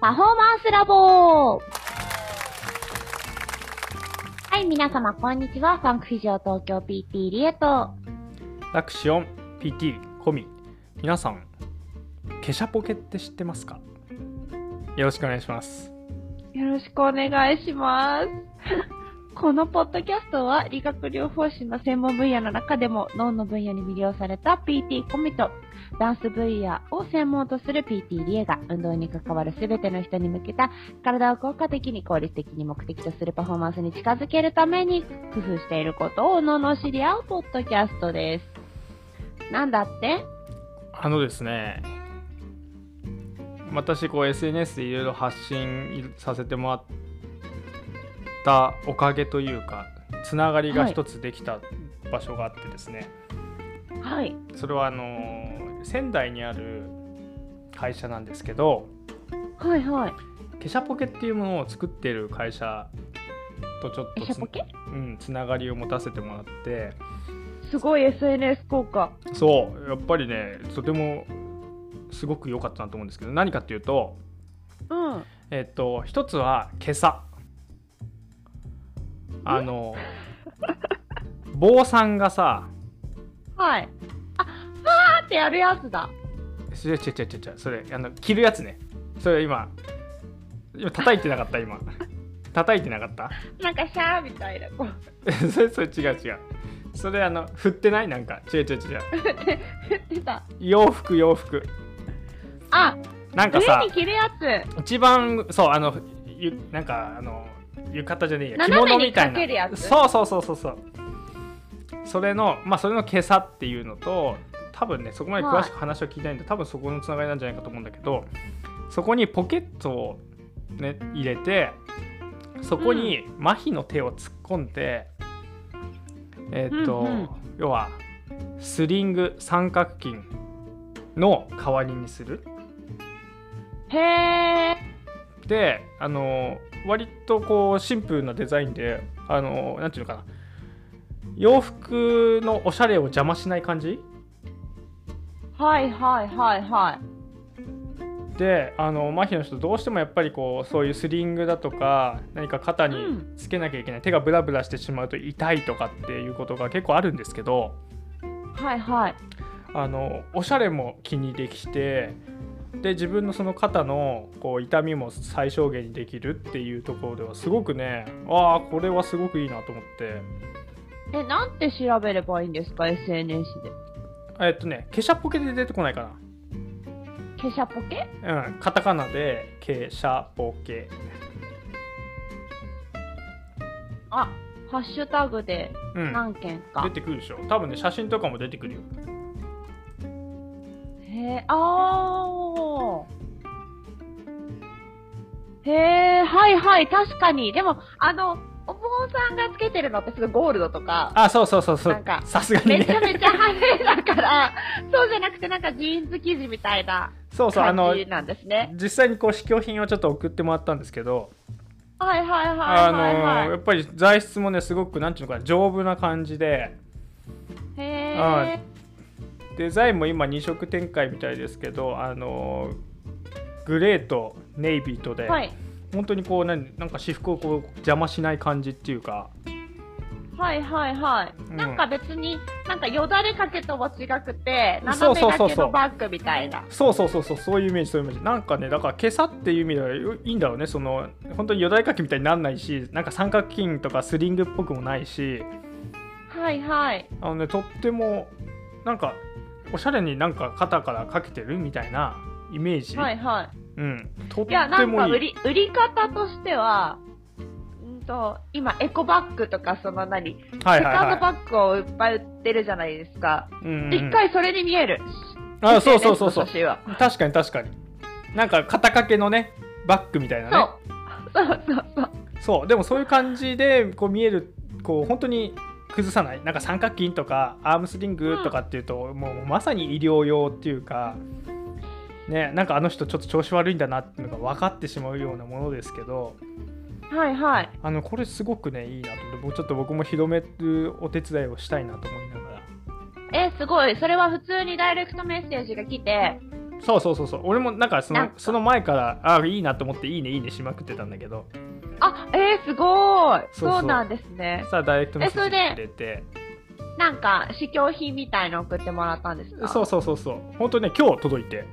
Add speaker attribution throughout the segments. Speaker 1: パフォーマンスラボはい、皆様、こんにちは。ファンクフィジオ東京 PT リエと。
Speaker 2: ラクシオン PT コミ皆さんケシャポケって知ってますかよろしくお願いします
Speaker 3: よろしくお願いします。このポッドキャストは理学療法士の専門分野の中でも脳の分野に魅了された PT コミとダンス分野を専門とする PT リエが運動に関わる全ての人に向けた体を効果的に効率的に目的とするパフォーマンスに近づけるために工夫していることを脳の知り合うポッドキャストです。なんだって
Speaker 2: あのですね私こう SNS でいろいろ発信させてもらったおかげというかつながりが一つできた場所があってですね、
Speaker 3: はい。
Speaker 2: それはあの仙台にある会社なんですけど
Speaker 3: はいはい。
Speaker 2: ケシャポケっていうものを作っている会社とちょっと
Speaker 3: ケ
Speaker 2: つ
Speaker 3: シャポケ
Speaker 2: うん、つながりを持たせてもらって
Speaker 3: すごい SNS 効果。
Speaker 2: そうやっぱりねとてもすごく良かったなと思うんですけど何かっていうと
Speaker 3: うん。
Speaker 2: えっと一つは今朝あの坊さんがさ
Speaker 3: はい。あ、はーってやるやつだ。
Speaker 2: 違う違う違う違うそれあの着るやつねそれ今今叩いてなかった今叩いてなかった
Speaker 3: なんかシャーみたいな。こう、
Speaker 2: それそれ違う違うそれあの振ってないなんか違う違う違う
Speaker 3: 振ってた。
Speaker 2: 洋服洋服
Speaker 3: あ、
Speaker 2: なんかさ
Speaker 3: 上に着るやつ。
Speaker 2: 一番そうあのゆなんかあの浴衣じゃねえや着
Speaker 3: 斜
Speaker 2: 物
Speaker 3: めに
Speaker 2: みたい
Speaker 3: かけるや
Speaker 2: な
Speaker 3: つ
Speaker 2: そうそうそうそうそうそれのまあそれの今朝っていうのと多分ねそこまで詳しく話を聞いてないんで、多分そこのつながりなんじゃないかと思うんだけどそこにポケットをね入れてそこに麻痺の手を突っ込んで、えーっと、
Speaker 3: うんうん
Speaker 2: 要はスリング三角筋の代わりにする
Speaker 3: へえ。
Speaker 2: であの割とこうシンプルなデザインであのなんていうのかな洋服のおしゃれを邪魔しない感じ
Speaker 3: はいはいはいは
Speaker 2: であの麻痺の人どうしてもやっぱりこうそういうスリングだとか何か肩につけなきゃいけない、手がブラブラしてしまうと痛いとかっていうことが結構あるんですけど
Speaker 3: い。はいはい。
Speaker 2: あのおしゃれも気にできてで自分のその肩のこう痛みも最小限にできるっていうところではすごくねああこれはすごくいいなと思って。
Speaker 3: え、なんて調べればいいんですか ?SNS で。
Speaker 2: えっとね、ケシャポケで出てこないか
Speaker 3: ケシャポケ
Speaker 2: な。うん、カタカナで、ケシャポケ。
Speaker 3: あ、ハッシュタグで
Speaker 2: うん、
Speaker 3: 何件か
Speaker 2: 出。てくるでしょ。多分ね、写真とかも出てくるよ。
Speaker 3: へえ、あー。へえ、はいはい、確かに。でも、あの、お坊さんがつけてるのってすごいゴールドとか、
Speaker 2: あ、そうそうそうそ
Speaker 3: なん
Speaker 2: う
Speaker 3: か。
Speaker 2: さすがに
Speaker 3: めちゃ
Speaker 2: ね。
Speaker 3: めちゃ派手だから、 そうじゃなくてなんかジーンズ生地みたいな
Speaker 2: そうそう、あの
Speaker 3: 感、じなんですね。
Speaker 2: 実際にこう試供品をちょっと送ってもらったんですけど、
Speaker 3: はいはいはい
Speaker 2: あの
Speaker 3: はい、
Speaker 2: や
Speaker 3: は
Speaker 2: っぱり材質もね、すごく、なんていうのかな、丈夫な感じで、
Speaker 3: い。へ
Speaker 2: あ
Speaker 3: ー
Speaker 2: デザインも今2色展開みたいですけど、あのグレーとネイビーとで、
Speaker 3: はい。
Speaker 2: 本当にこうなんなんか私服をこう邪魔しない感じっていうか、
Speaker 3: はいはいはい。
Speaker 2: うん
Speaker 3: なんか別に、なんかよだれかけとも違くて、
Speaker 2: そう
Speaker 3: 斜め
Speaker 2: そ
Speaker 3: 掛
Speaker 2: うそう
Speaker 3: け
Speaker 2: そ
Speaker 3: の
Speaker 2: う
Speaker 3: バッグみたいな。
Speaker 2: そうそうそうそうそういうイメージそういうイメージなんかねだから今朝っていう意味ではいいんだろうねその本当によだれかきみたいになんないしなんか三角筋とかスリングっぽくもないし
Speaker 3: はいはい。
Speaker 2: あのねとってもなんかおしゃれになんか肩からかけてるみたいなイメージ、
Speaker 3: はいはい。
Speaker 2: うんとっ
Speaker 3: いや、な
Speaker 2: て
Speaker 3: ん
Speaker 2: も
Speaker 3: か
Speaker 2: いい
Speaker 3: 売り、売り方としては、んーと、今、エコバッグとか、その何、
Speaker 2: は
Speaker 3: セ
Speaker 2: いはい
Speaker 3: カンド
Speaker 2: は
Speaker 3: バッグをいっぱい売ってるじゃないですか。
Speaker 2: いうんうん
Speaker 3: で一、回それに見える。
Speaker 2: あそうそうそうそう
Speaker 3: 私は
Speaker 2: 確かに確かになんか肩掛けのねバッグみたいなね
Speaker 3: そう。そうそうそう。
Speaker 2: そうでもそういう感じでこう見えるこう本当に崩さないなんか三角筋とかアームスリングとかっていうと、もうまさに医療用っていうかねなんかあの人ちょっと調子悪いんだなっていうのが分かってしまうようなものですけど
Speaker 3: はいはい。
Speaker 2: あのこれすごくねいいなと思って僕ちょっと僕も広めるお手伝いをしたいなと思いながら
Speaker 3: え、すごい。それは普通にダイレクトメッセージが来て、
Speaker 2: そうそうそうそう俺もなんかそ
Speaker 1: な
Speaker 2: の
Speaker 1: んか
Speaker 2: その前からああいいなと思っていいねいいねしまくってたんだけど
Speaker 3: あ、えー、すごい
Speaker 2: そうそう
Speaker 3: そうなんですね。
Speaker 2: さあダイレクトメッセージ
Speaker 3: えそれで
Speaker 2: くれて
Speaker 3: なんか、試供品みたいの送ってもらったんですか
Speaker 2: そうそうそうそう本当にね今日届いて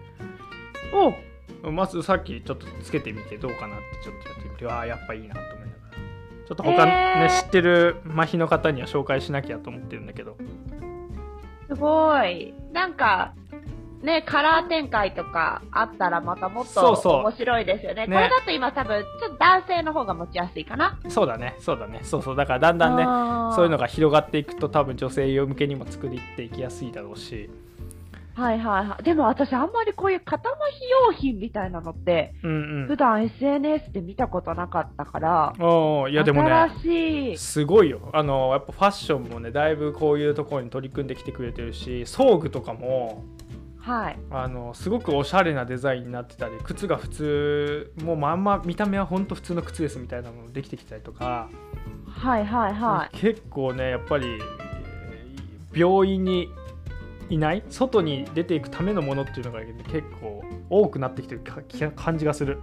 Speaker 3: お
Speaker 2: まずさっきちょっとつけてみてどうかなってちょっとやってみてああやっぱいいなと思いながらちょっと他、
Speaker 3: えー
Speaker 2: ね知ってる麻痺の方には紹介しなきゃと思ってるんだけど
Speaker 3: すごい。なんか、ね、カラー展開とかあったらまたもっと
Speaker 2: そうそう
Speaker 3: 面白いですよね。
Speaker 2: ね
Speaker 3: これだと今多分、ちょっと男性の方が持ちやすいかな。
Speaker 2: そうだねそうだねそうそうだからだんだんね
Speaker 3: ね
Speaker 2: そういうの
Speaker 3: が。
Speaker 2: が広がっていくと多分女性用向けにも作っていきやすいだろうし、
Speaker 3: はいはいはい。でも私あんまりこういう肩巻き用品みたいなのって、
Speaker 2: うんう
Speaker 3: 普段 SNS で見たことなかったから、
Speaker 2: ん、おーいやでもね
Speaker 3: 新しい。
Speaker 2: すごいよあのやっぱファッションもねだいぶこういうところに取り組んできてくれてるし装具とかも
Speaker 3: はい。
Speaker 2: あのすごくおしゃれなデザインになってたり靴が普通もうまんま見た目はほんと普通の靴ですみたいなのもできてきたりとか、
Speaker 3: はいはいはい。
Speaker 2: 結構ねやっぱりえー病院にいない外に出ていくためのものっていうのが結構多くなってきてるかき感じがする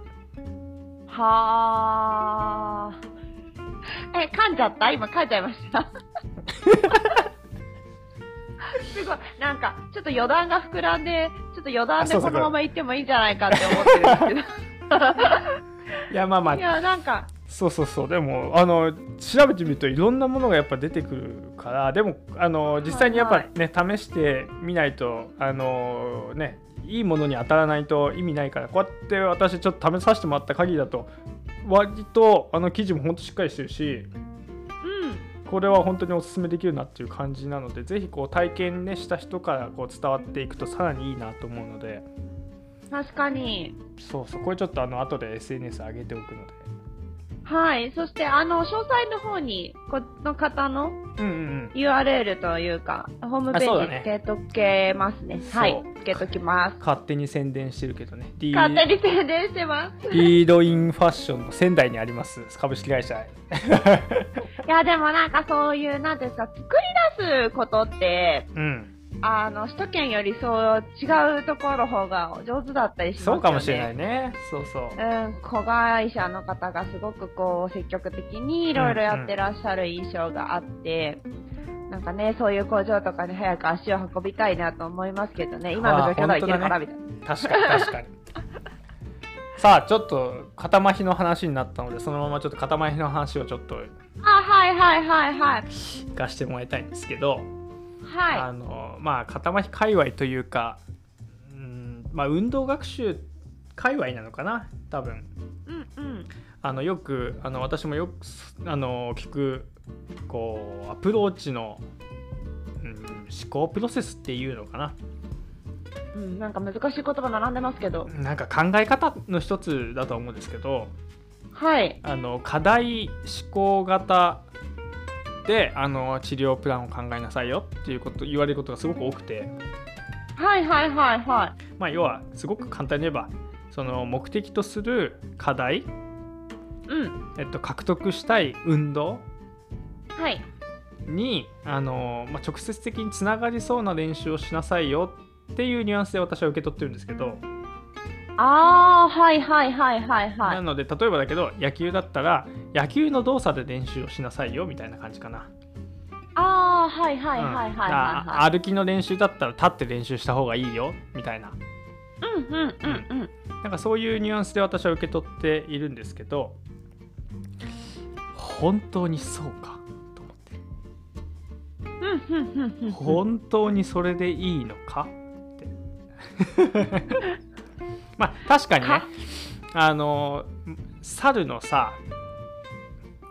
Speaker 3: はあ。え、噛んじゃった今噛んじゃいま した。すごい。なんか、ちょっと余談が膨らんで、ちょっと余
Speaker 2: あ
Speaker 3: 談で
Speaker 2: そうそ
Speaker 3: こ
Speaker 2: う
Speaker 3: のまま行ってもいいんじゃないかって思ってるん です
Speaker 2: いやまあま
Speaker 3: け
Speaker 2: あ
Speaker 3: ど。いや、なんか、
Speaker 2: そうそうそうでもあの調べてみるといろんなものがやっぱ出てくるからでもあの実際にやっぱね、試してみないとあのねいいものに当たらないと意味ないからこうやって私ちょっと試させてもらった限りだと割とあの生地もほんとしっかりしてるし
Speaker 3: う
Speaker 2: これは本当におすすめできるなっていう感じなのでぜひこう体験、ね、した人からこう伝わっていくとさらにいいなと思うので
Speaker 3: ん。確かに。
Speaker 2: そうそうこれちょっとあの後で SNS 上げておくので。
Speaker 3: はい。そして、あの、詳細の方に、この方の
Speaker 2: うんうんうん、
Speaker 3: URL というか、ホームペ
Speaker 2: あそうだ
Speaker 3: ージ
Speaker 2: ね
Speaker 3: つけとけますね。
Speaker 2: そう
Speaker 3: はい。つけときます。
Speaker 2: 勝手に宣伝してるけどね。D-
Speaker 3: 勝手に宣伝してます。
Speaker 2: リードインファッションの仙台にあります株式会社
Speaker 3: いや、でもなんかそういう、なんていうんですか、作り出すことって、
Speaker 2: うん
Speaker 3: あの、首都圏よりそう、違うところの方が上手だったりしますよね。
Speaker 2: そうかもしれない
Speaker 3: い。
Speaker 2: ねそうそう
Speaker 3: うん、子会社の方がすごくこう、積極的にいろいろやってらっしゃる印象があって、なんかね、そういう工場とかに早く足を運びたいなと思いますけどね、今の状況ではいけるか
Speaker 2: あ
Speaker 3: ら、
Speaker 2: ー
Speaker 3: みたいな。
Speaker 2: 確かに確かにさあちょっと肩麻痺の話になったのでそのままちょっと肩麻痺の話をちょっと
Speaker 3: あ、はいはいはいはい。
Speaker 2: 聞かしてもらいたいんですけど、あ
Speaker 3: は
Speaker 2: のまあ肩麻痺界隈というかうんまあ運動学習界隈なのかな多分
Speaker 3: い。うんうん。
Speaker 2: あのよくあの私もよくすあの聞くこうアプローチの、うん、思考プロセスっていうのかな
Speaker 3: うん、なんか難しい言葉並んでますけど。
Speaker 2: なんか考え方の一つだとは思うんですけど
Speaker 3: はい。
Speaker 2: あの課題思考型であの治療プランを考えなさいよっていうこと言われることがすごく多くて、
Speaker 3: はいはいはいは
Speaker 2: まあ、要はすごく簡単に言えばその目的とする課題、
Speaker 3: い。うん。
Speaker 2: えっと、獲得したい運動
Speaker 3: はい。
Speaker 2: にあの、まあ、直接的につながりそうな練習をしなさいよっていうニュアンスで私は受け取ってるんですけど、
Speaker 3: ああ、はいはいはいはいは。
Speaker 2: ないので例えばだけど野球だったら野球の動作で練習をしなさいよみたいな感じかな、
Speaker 3: ああ、はいはいはいはい
Speaker 2: うん
Speaker 3: はい
Speaker 2: あ
Speaker 3: はい。
Speaker 2: 歩きの練習だったら立って練習した方がいいよみたいな
Speaker 3: うんうんうんうん。
Speaker 2: なんかそういうニュアンスで私は受け取っているんですけど本当にそうかと思って
Speaker 3: うんうんうんうん。
Speaker 2: 本当にそれでいいのかって。 まあ確かにね
Speaker 3: か
Speaker 2: あの猿のさ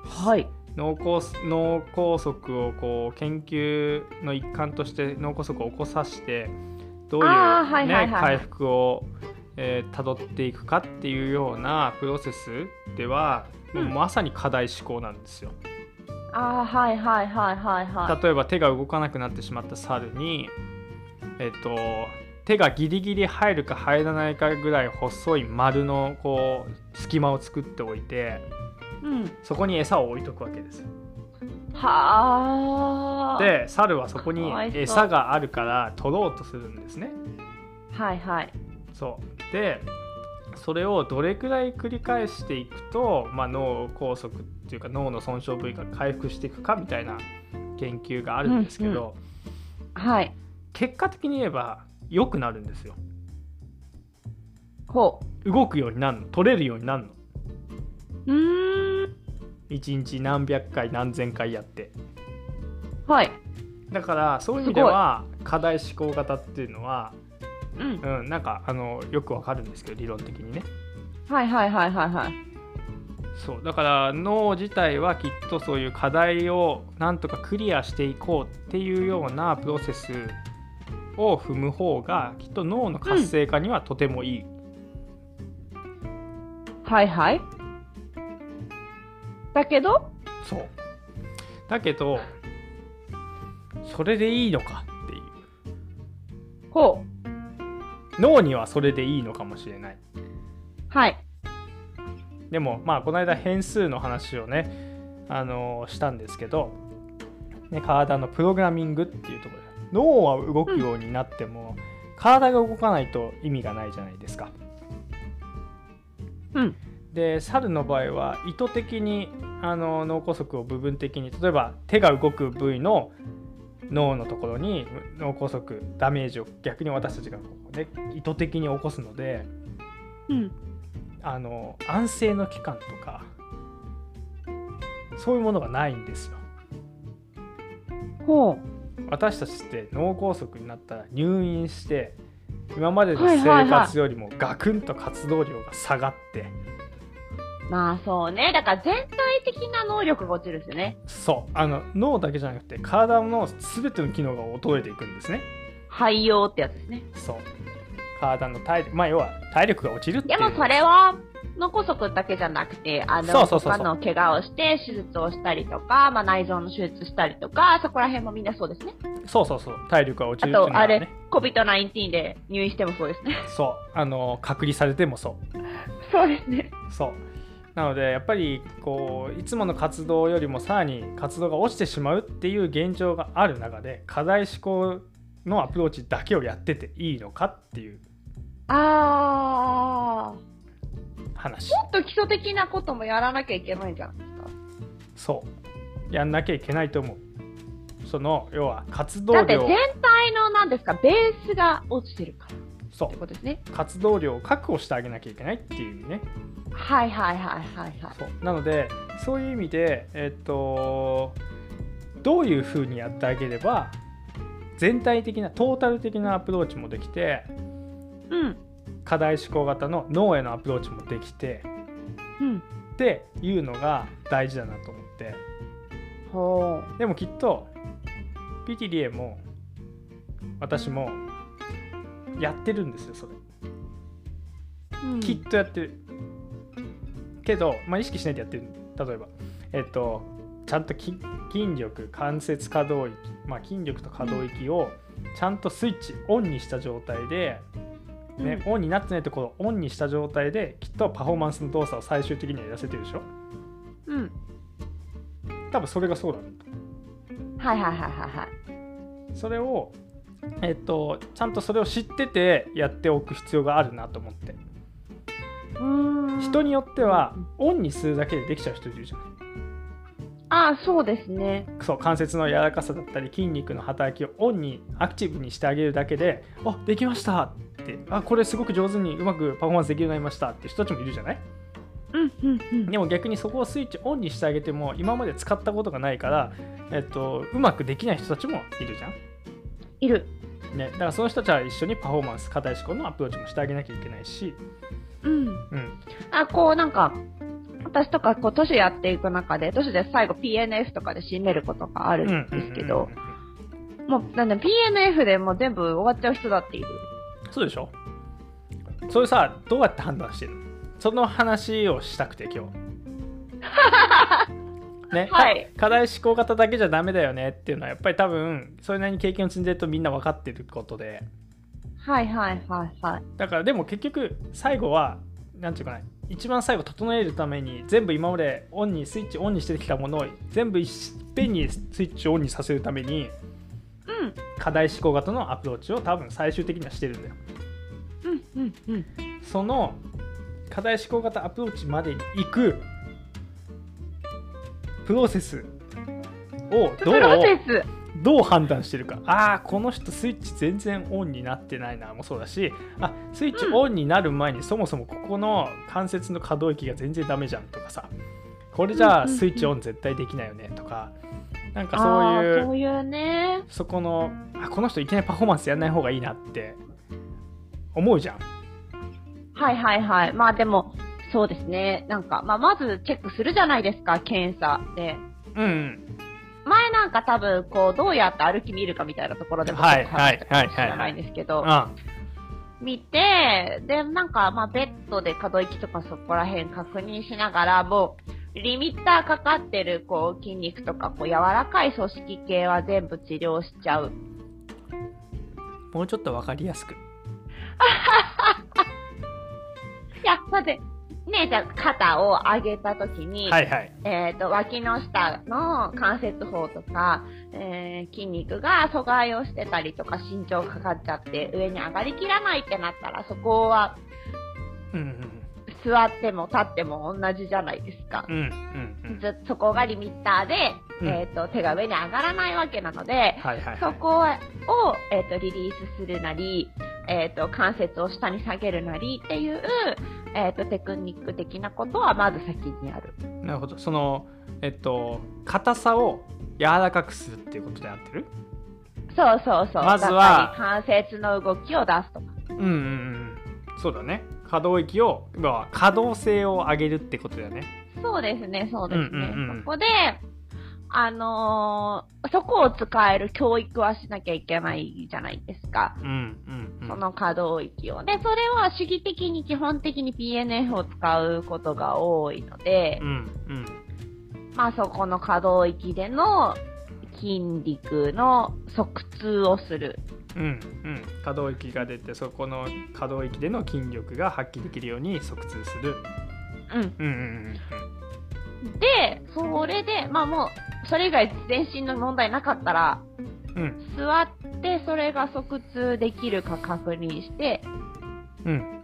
Speaker 3: はい。
Speaker 2: 脳梗塞脳梗塞をこう研究の一環として脳梗塞を起こさせてどういう、ね
Speaker 3: あーはいはいはい
Speaker 2: 回復をえー辿っていくかっていうようなプロセスでは、もう
Speaker 3: うん
Speaker 2: まさに課題思考なんですよ。
Speaker 3: ああ、はいはいはいはいは
Speaker 2: 例えば手が動かなくなってしまった猿に、えっと、手がギリギリ入るか入らないかぐらい細い丸のこう隙間を作っておいて
Speaker 3: い。うん。
Speaker 2: そこに餌を置いとくわけです
Speaker 3: はあ。、
Speaker 2: で猿はそこ
Speaker 3: か
Speaker 2: に
Speaker 3: わいそう
Speaker 2: 餌があるから取ろうとするんですね
Speaker 3: はいはい。
Speaker 2: そうでそれをどれくらい繰り返していくと、まあ、脳梗塞っていうか脳の損傷部位が回復していくかみたいな研究があるんですけど、
Speaker 3: うんはい。
Speaker 2: 結果的に言えば良くなるんですよ
Speaker 3: ほ
Speaker 2: 動くようになるの取れるようになるの
Speaker 3: う。うーん。
Speaker 2: 1日何百回何千回やって
Speaker 3: はい。
Speaker 2: だからそういう意味では課題思考型っていうのは、
Speaker 3: うん。
Speaker 2: うん、なんかあのよくわかるんですけど理論的にね
Speaker 3: はいはいはいはいはい。
Speaker 2: そうだから脳自体はきっとそういう課題をなんとかクリアしていこうっていうようなプロセスを踏む方がきっと脳の活性化にはとてもいい、
Speaker 3: はいはい。だけど、
Speaker 2: そうだけどそれでいいのかっていう
Speaker 3: ほ。
Speaker 2: 脳にはそれでいいのかもしれないう
Speaker 3: はい。
Speaker 2: でもまあこの間変数の話をねあのしたんですけど、ね、体のプログラミングっていうところで脳は動くようになっても、体が動かないと意味がないじゃないですか。
Speaker 3: うん。
Speaker 2: で猿の場合は意図的にあの脳梗塞を部分的に例えば手が動く部位の脳のところに脳梗塞ダメージを逆に私たちがこう、ね、意図的に起こすので
Speaker 3: うん。
Speaker 2: あの安静の期間とかそういうものがないんですよ。
Speaker 3: ほう。
Speaker 2: 私たちって脳梗塞になったら入院して今までの
Speaker 3: はいはいはい
Speaker 2: 生活よりもガクンと活動量が下がって、
Speaker 3: まあそうね。だから全体的な能力が落ちるんですよね。
Speaker 2: そうあの脳だけじゃなくて体の全ての機能が衰えていくんですね
Speaker 3: 廃用ってやつですね。
Speaker 2: そう体の体力まあ要は体力が落ちるって
Speaker 3: で
Speaker 2: いう
Speaker 3: もそれは、脳梗塞だけじゃなくて、あの、
Speaker 2: そうそうそうそう
Speaker 3: 他の怪我をして、手術をしたりとか、まあ内臓の手術したりとか、そこら辺もみんなそうですね。
Speaker 2: そうそうそう体力が落ち
Speaker 3: あ
Speaker 2: るっていう
Speaker 3: と、
Speaker 2: の
Speaker 3: あ
Speaker 2: は
Speaker 3: れ
Speaker 2: ね、
Speaker 3: COVID-19 で入院してもそうですね。
Speaker 2: そうあの隔離されても そう
Speaker 3: そうですね。
Speaker 2: そうなのでやっぱりこういつもの活動よりもさらに活動が落ちてしまうっていう現状がある中で課題思考のアプローチだけをやってていいのかっていう
Speaker 3: あー。
Speaker 2: 話
Speaker 3: ちょっと基礎的なこともやらなきゃいけないじゃん。
Speaker 2: そうやんなきゃいけないと思うその要は活動
Speaker 3: だって
Speaker 2: 量
Speaker 3: 全体の何ですか、ベースが落ちてるからっ
Speaker 2: そ
Speaker 3: てことですね。
Speaker 2: う活動量を確保してあげなきゃいけないっていう意味ね
Speaker 3: はいはいはいはいはい。
Speaker 2: そうなのでそういう意味でえっとどういうふうにやってあげれば全体的なトータル的なアプローチもできて
Speaker 3: うん。
Speaker 2: 課題思考型の脳へのアプローチもできて
Speaker 3: うん。
Speaker 2: っていうのが大事だなと思って
Speaker 3: ほ
Speaker 2: でもきっと PTDA も私もやってるんですよそれ
Speaker 3: う。うん
Speaker 2: きっとやってるけど、まあ、意識しないでやってる例えばえっとちゃんと筋筋力関節可動域、まあ、筋力と可動域をちゃんとスイッチオンにした状態で、ねオンになってないところをオンにした状態できっとパフォーマンスの動作を最終的にはやらせてるでしょ
Speaker 3: うん。
Speaker 2: 多分それがそうだね
Speaker 3: はいはいはいはいはい。
Speaker 2: それをえっとちゃんとそれを知っててやっておく必要があるなと思って
Speaker 3: うーん
Speaker 2: 人によってはオンにするだけでできちゃう人いるじゃん
Speaker 3: ああ、そうですね。
Speaker 2: そう関節の柔らかさだったり筋肉の働きをオンにアクティブにしてあげるだけであできましたってあこれすごく上手にうまくパフォーマンスできるようになりましたって人たちもいるじゃない
Speaker 3: うんうんうん。
Speaker 2: でも逆にそこをスイッチオンにしてあげても今まで使ったことがないから、えっと、うまくできない人たちもいるじゃん
Speaker 3: いる。
Speaker 2: ね、だからその人たちは一緒にパフォーマンス課題思考のアプローチもしてあげなきゃいけないし、
Speaker 3: うん。
Speaker 2: うん、
Speaker 3: あ、こうなんか、私とかこう都市やっていく中で、都市で最後 PNF とかで締めることがあるんですけど、もう、なんだ、PNF でもう全部終わっちゃう人だっている。
Speaker 2: そうでしょそれさどうやって判断してるのその話をしたくて今 日ね、
Speaker 3: はい
Speaker 2: 課題思考型だけじゃダメだよねっていうのはやっぱり多分それなりに経験を積んでるとみんな分かってることで
Speaker 3: はいはいはいはい。
Speaker 2: だからでも結局最後はなんていうかな一番最後整えるために全部今までオンにスイッチオンにしてきたものを全部いっぺんにスイッチオンにさせるために
Speaker 3: うん。
Speaker 2: 課題思考型のアプローチを多分最終的にはしてるんだよ
Speaker 3: うんうんうん。
Speaker 2: その課題思考型アプローチまでに行くプロセスをど
Speaker 3: プロ
Speaker 2: う
Speaker 3: セス。
Speaker 2: どう判断してるかああこの人スイッチ全然オンになってないなもそうだしあスイッチオンになる前にそもそもここの関節の可動域が全然ダメじゃんとかさこれじゃ
Speaker 3: う
Speaker 2: あ
Speaker 3: んうんうん
Speaker 2: スイッチオン絶対できないよねとかなんか
Speaker 3: あ
Speaker 2: そうい
Speaker 3: ー
Speaker 2: う
Speaker 3: そういうね。
Speaker 2: そこのあこの人いきなりパフォーマンスやんない方がいいなって思うじゃん。
Speaker 3: はいはいはい。まあでも、そうですね。なんか、まあまずチェックするじゃないですか、検査で。
Speaker 2: うん、
Speaker 3: 前なんか多分、こう、どうやって歩き見るかみたいなところでも
Speaker 2: はい
Speaker 3: ちょっと話したかもし
Speaker 2: はいはいはいはい
Speaker 3: れないんですけ
Speaker 2: う
Speaker 3: ど
Speaker 2: ん、、あ
Speaker 3: 見て、で、なんか、まあベッドで可動域とかそこら辺確認しながら、もう、リミッターかかってる、こう、筋肉とか、こう、柔らかい組織系は全部治療しちゃう。
Speaker 2: もうちょっとわかりやすく。
Speaker 3: いや、待って、ねえ、じゃあ肩を上げたときに、
Speaker 2: はいはい。
Speaker 3: えっと脇の下の関節包とか、えー筋肉が阻害をしてたりとか身長かかっちゃって上に上がりきらないってなったらそこは
Speaker 2: うん
Speaker 3: 座っても立っても同じじゃないですか
Speaker 2: うんう。んうんうん。
Speaker 3: ずそこがリミッターで、
Speaker 2: うん
Speaker 3: えっと手が上に上がらないわけなので、
Speaker 2: はいはいは
Speaker 3: そ
Speaker 2: い。
Speaker 3: こを、えっとリリースするなり、えっと関節を下に下げるなりっていう、えっとテクニック的なことはまず先にある。
Speaker 2: なるほど。そのえっと硬さを柔らかくするっていうことで合ってる？
Speaker 3: そうそうそう。
Speaker 2: まずは
Speaker 3: だったり関節の動きを出すとか。
Speaker 2: うんうんうん。そうだね。可動域を要は可動性を上げるってことだよね。
Speaker 3: そうですね、そうですね。
Speaker 2: うんうんうん
Speaker 3: そこで、あのーそこを使える教育はしなきゃいけないじゃないですか。
Speaker 2: うんうんう
Speaker 3: そ
Speaker 2: ん。
Speaker 3: の可動域を。で、それは主義的に基本的に PNF を使うことが多いので
Speaker 2: う、んうん。
Speaker 3: まあそこの可動域での筋肉の側通をする。
Speaker 2: うんうん、可動域が出てそこの可動域での筋力が発揮できるように即通する。
Speaker 3: うん。
Speaker 2: うんうん
Speaker 3: で、それで、まあもう、それ以外全身の問題なかったら、
Speaker 2: うんうん
Speaker 3: 座ってそれが即通できるか確認して
Speaker 2: うんうん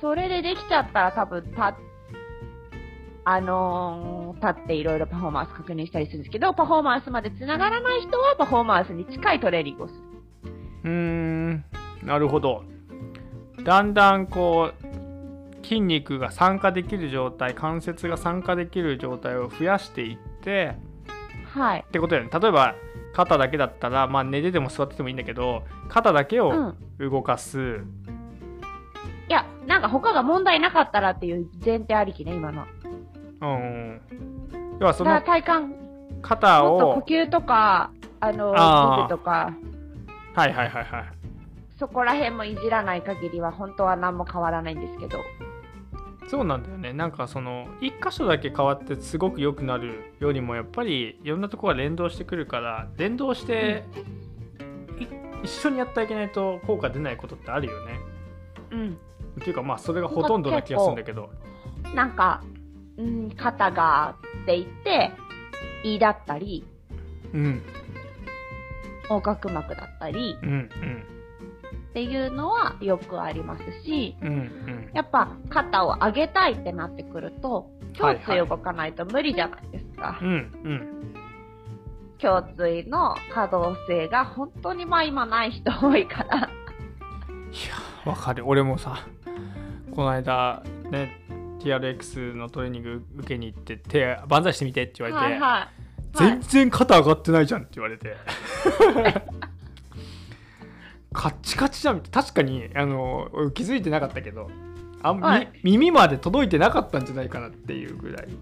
Speaker 3: それでできちゃったら多分たあのー立っていろいろパフォーマンス確認したりするんですけどパフォーマンスまでつながらない人はパフォーマンスに近いトレーニングをする
Speaker 2: うーんなるほどだんだんこう筋肉が酸化できる状態関節が酸化できる状態を増やしていって
Speaker 3: はい
Speaker 2: ってことだよね例えば肩だけだったら、まあ、寝てても座っててもいいんだけど肩だけ
Speaker 3: う
Speaker 2: を
Speaker 3: ん
Speaker 2: 動かす、
Speaker 3: いやなんか他が問題なかったらっていう前提ありきね今の
Speaker 2: うん要はそ
Speaker 3: だから
Speaker 2: の
Speaker 3: 体幹
Speaker 2: 肩
Speaker 3: もっ
Speaker 2: を
Speaker 3: と呼吸とかあの
Speaker 2: あー
Speaker 3: ー、軸とか
Speaker 2: はいはいはいはい
Speaker 3: そこら辺もいじらない限りは本当は何も変わらないんですけど
Speaker 2: そうなんだよねなんかその一箇所だけ変わってすごく良くなるよりもやっぱりいろんなところが連動してくるから連動して、い一緒にやってあげないと効果出ないことってあるよね。
Speaker 3: うん
Speaker 2: っていうかまあそれがほとんどな気がするんだけど
Speaker 3: なんか、うん、肩がって言って、胃だったり、
Speaker 2: うん
Speaker 3: 横隔膜だったり
Speaker 2: うん
Speaker 3: っていうのはよくありますし、
Speaker 2: うんうんうん
Speaker 3: やっぱ肩を上げたいってなってくると、
Speaker 2: は
Speaker 3: 胸
Speaker 2: いはい
Speaker 3: 椎動かないと無理じゃないですか。
Speaker 2: うんうん
Speaker 3: 胸椎の可動性が本当にまあ今ない人多いから。
Speaker 2: いやわかる俺もさこの間ね TRX のトレーニング受けに行って手万歳してみてって言われて、
Speaker 3: はいは
Speaker 2: 全然肩上がってないじゃんって言われてカッチカチじゃんみたいな確かにあの俺気づいてなかったけどあん、み
Speaker 3: はい
Speaker 2: 耳まで届いてなかったんじゃないかなっていうぐらい
Speaker 3: い。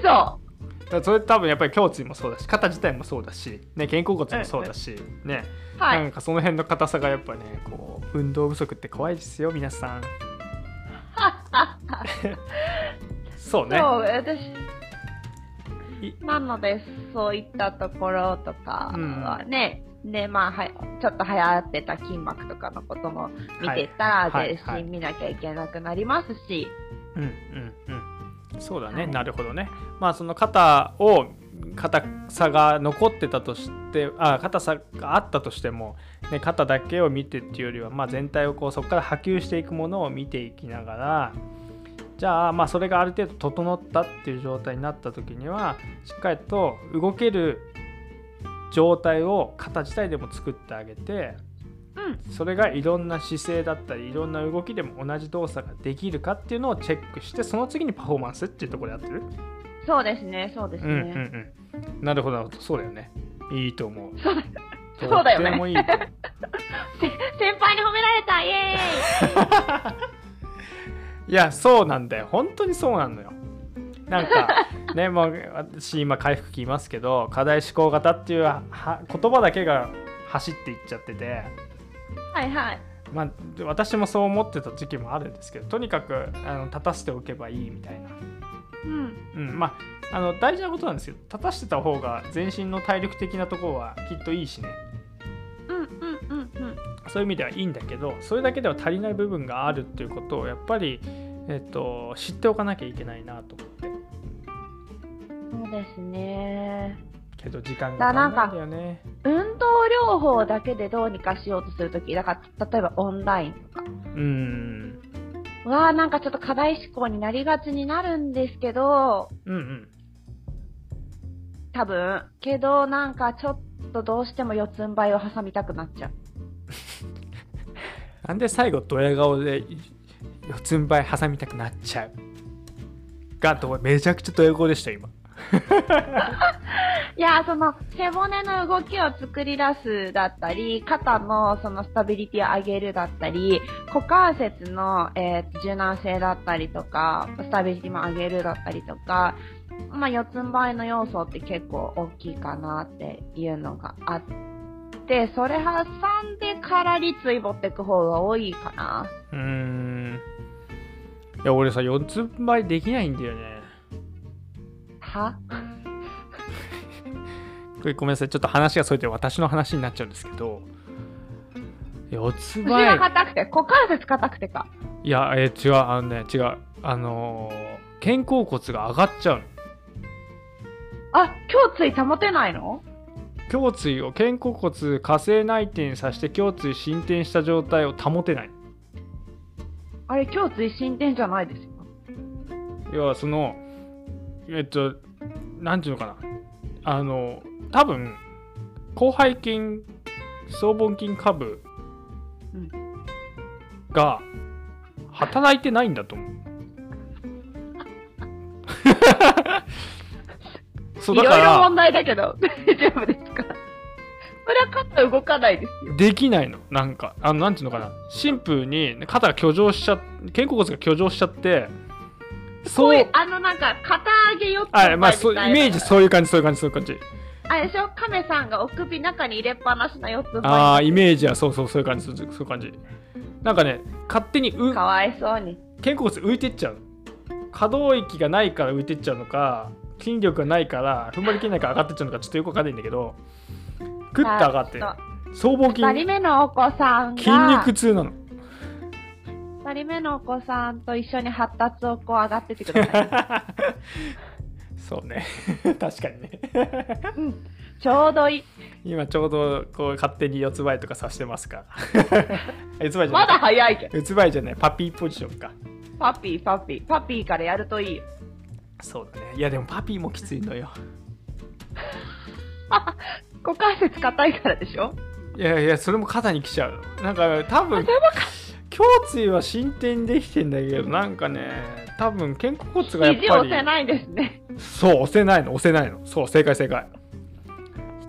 Speaker 3: 嘘
Speaker 2: だからそれ多分やっぱり胸椎もそうだし肩自体もそうだし、ね、肩甲骨もそうだし、ね
Speaker 3: はい。
Speaker 2: なんかその辺の硬さがやっぱねこう運動不足って怖いですよ 皆さんそうね
Speaker 3: そう、私
Speaker 2: い。
Speaker 3: なので、そういったところとかはね、で、まあ、はちょっと流行ってた筋膜とかのことも見ていったら、
Speaker 2: はいはいはい
Speaker 3: 全身見なきゃいけなくなりますし、
Speaker 2: うんうんうんそうだ
Speaker 3: は
Speaker 2: ね、
Speaker 3: い
Speaker 2: なるほどねまあその肩を硬さが残ってたとしてあ硬さがあったとしても、ね、肩だけを見てっていうよりは、まあ、全体をこうそこから波及していくものを見ていきながらじゃあまあそれがある程度整ったっていう状態になった時にはしっかりと動ける状態を肩自体でも作ってあげて
Speaker 3: うん
Speaker 2: それがいろんな姿勢だったりいろんな動きでも同じ動作ができるかっていうのをチェックしてその次にパフォーマンスっていうところでやってる
Speaker 3: そうですねそうです
Speaker 2: う
Speaker 3: ね、
Speaker 2: んうんうんなるほどなるほどそうだよねいいと思う
Speaker 3: そうだ
Speaker 2: と
Speaker 3: そうだよね
Speaker 2: ってもいいと思う
Speaker 3: せ 先輩に褒められたイエ
Speaker 2: いやそうなんだよ本当にそうなのよな んかねもう私今回復期いますけど課題思考型っていうはは言葉だけが走っていっちゃってて
Speaker 3: ーイはいはい
Speaker 2: まあ、で私もそう思ってた時期もあるんですけどとにかくあの立たせておけばいいみたいな、
Speaker 3: うん
Speaker 2: うんまあ、あの大事なことなんですけど立たせてた方が全身の体力的なところはきっといいしね
Speaker 3: うんうんうんうん
Speaker 2: そういう意味ではいいんだけどそれだけでは足りない部分があるっていうことをやっぱり、えっと、知っておかなきゃいけないなと思って
Speaker 3: そうですね
Speaker 2: けど時間が足りないんだよね
Speaker 3: 運動療法だけでどうにかしようとするときだから例えばオンライン
Speaker 2: うん
Speaker 3: はなんかちょっと課題思考になりがちになるんですけど
Speaker 2: うんうん
Speaker 3: 多分けどなんかちょっとどうしても四つん這いを挟みたくなっちゃう
Speaker 2: なんで最後ドヤ顔でい四つん這い挟みたくなっちゃうがとめちゃくちゃドヤ顔でした今
Speaker 3: いやーその背骨の動きを作り出すだったり肩のそのスタビリティを上げるだったり股関節の、えー柔軟性だったりとかスタビリティも上げるだったりとか、まあ、四つん這いの要素って結構大きいかなっていうのがあってそれ挟んでから立位持ってく方が多いかな
Speaker 2: うーんいや俺さ四つん這いできないんだよね
Speaker 3: は
Speaker 2: これごめんなさいちょっと話がそれて私の話になっちゃうんですけど四つ
Speaker 3: 腰
Speaker 2: ん
Speaker 3: が
Speaker 2: 這
Speaker 3: 硬くて股関節硬くてか
Speaker 2: いいやえー違うあのね違うあのー肩甲骨が上がっちゃうの
Speaker 3: あ胸椎保てないの
Speaker 2: 胸椎を肩甲骨火星内転させて胸椎伸展した状態を保てない
Speaker 3: あれ胸椎伸展じゃないですよ
Speaker 2: 要はそのえっと何ていうのかなあの多分広背筋僧帽筋下部
Speaker 3: うん
Speaker 2: が働いてないんだ と思うそうだ
Speaker 3: い
Speaker 2: か
Speaker 3: ろいろ問
Speaker 2: ら
Speaker 3: 題だけど、 大丈夫ですかそれは肩動かないですよ。
Speaker 2: できないのなんかあのなんていうのかなシンプルに肩が挙上しちゃ肩甲骨が挙上しちゃって
Speaker 3: こう
Speaker 2: そ
Speaker 3: いうう、あのなんか、肩上げよって
Speaker 2: あまあそうイメージそういう感じそういう感じそういう感じ
Speaker 3: あれでしょ亀さんがお首中に入れっぱなしの四つん這い
Speaker 2: ああイメージはそうそうそういう感じそうそういう感じなんかね勝手にう
Speaker 3: かわいそうに。
Speaker 2: 肩甲骨浮いてっちゃうの可動域がないから浮いてっちゃうのか筋力がないから踏ん張りきれないから上がってっちゃうのかちょっとよくわかんないんだけどクッと上がって
Speaker 3: さあちょ
Speaker 2: 僧帽筋
Speaker 3: と二人目のお子さん
Speaker 2: 筋
Speaker 3: が、
Speaker 2: 肉痛なの
Speaker 3: 二人目のお子さんと一緒に発達をこう上がってってくだ さい。
Speaker 2: そうね 確かにね
Speaker 3: ちょうどいい。
Speaker 2: 今ちょうどこう勝手に四つ這いとかさしてますから 四つ這いじゃ
Speaker 3: まだ
Speaker 2: ない
Speaker 3: 早いけど。
Speaker 2: 四つ這いじゃないパピーポジションか
Speaker 3: パピー、パピー。パピーからやるといいよ。
Speaker 2: そうだねいやでもパピーもきついのよ
Speaker 3: 股関節硬いからでしょ
Speaker 2: いやいやそれも肩に来ちゃうなんか多分胸椎は進展できてんだけどなんかね多分肩甲骨がやっ
Speaker 3: 肘を
Speaker 2: ぱ
Speaker 3: 押せ
Speaker 2: り
Speaker 3: ないんですね。
Speaker 2: そう押せないの押せないのそう正解正解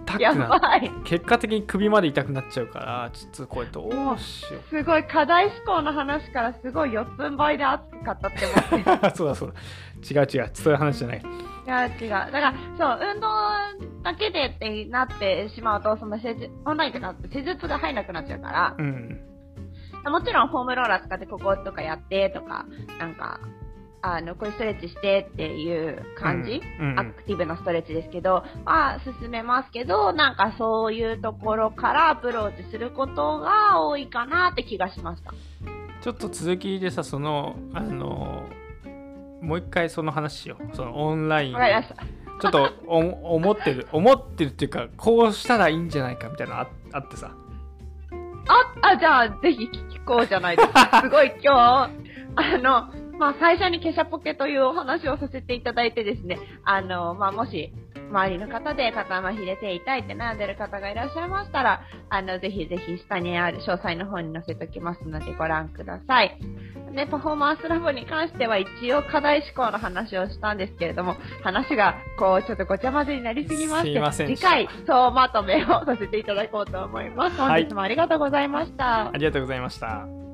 Speaker 2: 痛く
Speaker 3: や
Speaker 2: な
Speaker 3: ばい。
Speaker 2: 結果的に首まで痛くなっちゃうからちょっとこれどうしよう
Speaker 3: すごい課題思考の話からすごい四つん這いで熱く語ってますね。
Speaker 2: そうだそうだ違う違うそういう話じゃない
Speaker 3: いや違う。だからそう運動だけでってなってしまうとその施術オンラインとかって施術が入らなくなっちゃうか
Speaker 2: うん
Speaker 3: らもちろんホームローラー使ってこことかやってとかなんかあのこういうストレッチしてっていう感じ、
Speaker 2: うんうん
Speaker 3: アクティブなストレッチですけど、まあ、進めますけど、なんかそういうところからアプローチすることが多いかなって気がしました。
Speaker 2: ちょっと続きでさそのあのもう一回その話をそのオンライン
Speaker 3: わかりました。
Speaker 2: ちょっとお思ってる思ってるっていうかこうしたらいいんじゃないかみたいなのああってさ
Speaker 3: あ、あ、じゃあ、ぜひ聞こうじゃないです か。すごい今日、あの、まあ、最初にケシャポケというお話をさせていただいてですね、あの、まあ、もし、周りの方で肩まひれて痛いって悩んでる方がいらっしゃいましたら、あの、ぜひぜひ下にある詳細の方に載せておきますのでご覧ください。で、パフォーマンスラボに関しては一応課題思考の話をしたんですけれども、話がこう、ちょっとごちゃ混ぜになりすぎまして、
Speaker 2: すいませんで
Speaker 3: 次
Speaker 2: した
Speaker 3: 回、総まとめをさせていただこうと思います。
Speaker 2: は
Speaker 3: 本
Speaker 2: い
Speaker 3: 日もありがとうございました。
Speaker 2: ありがとうございました。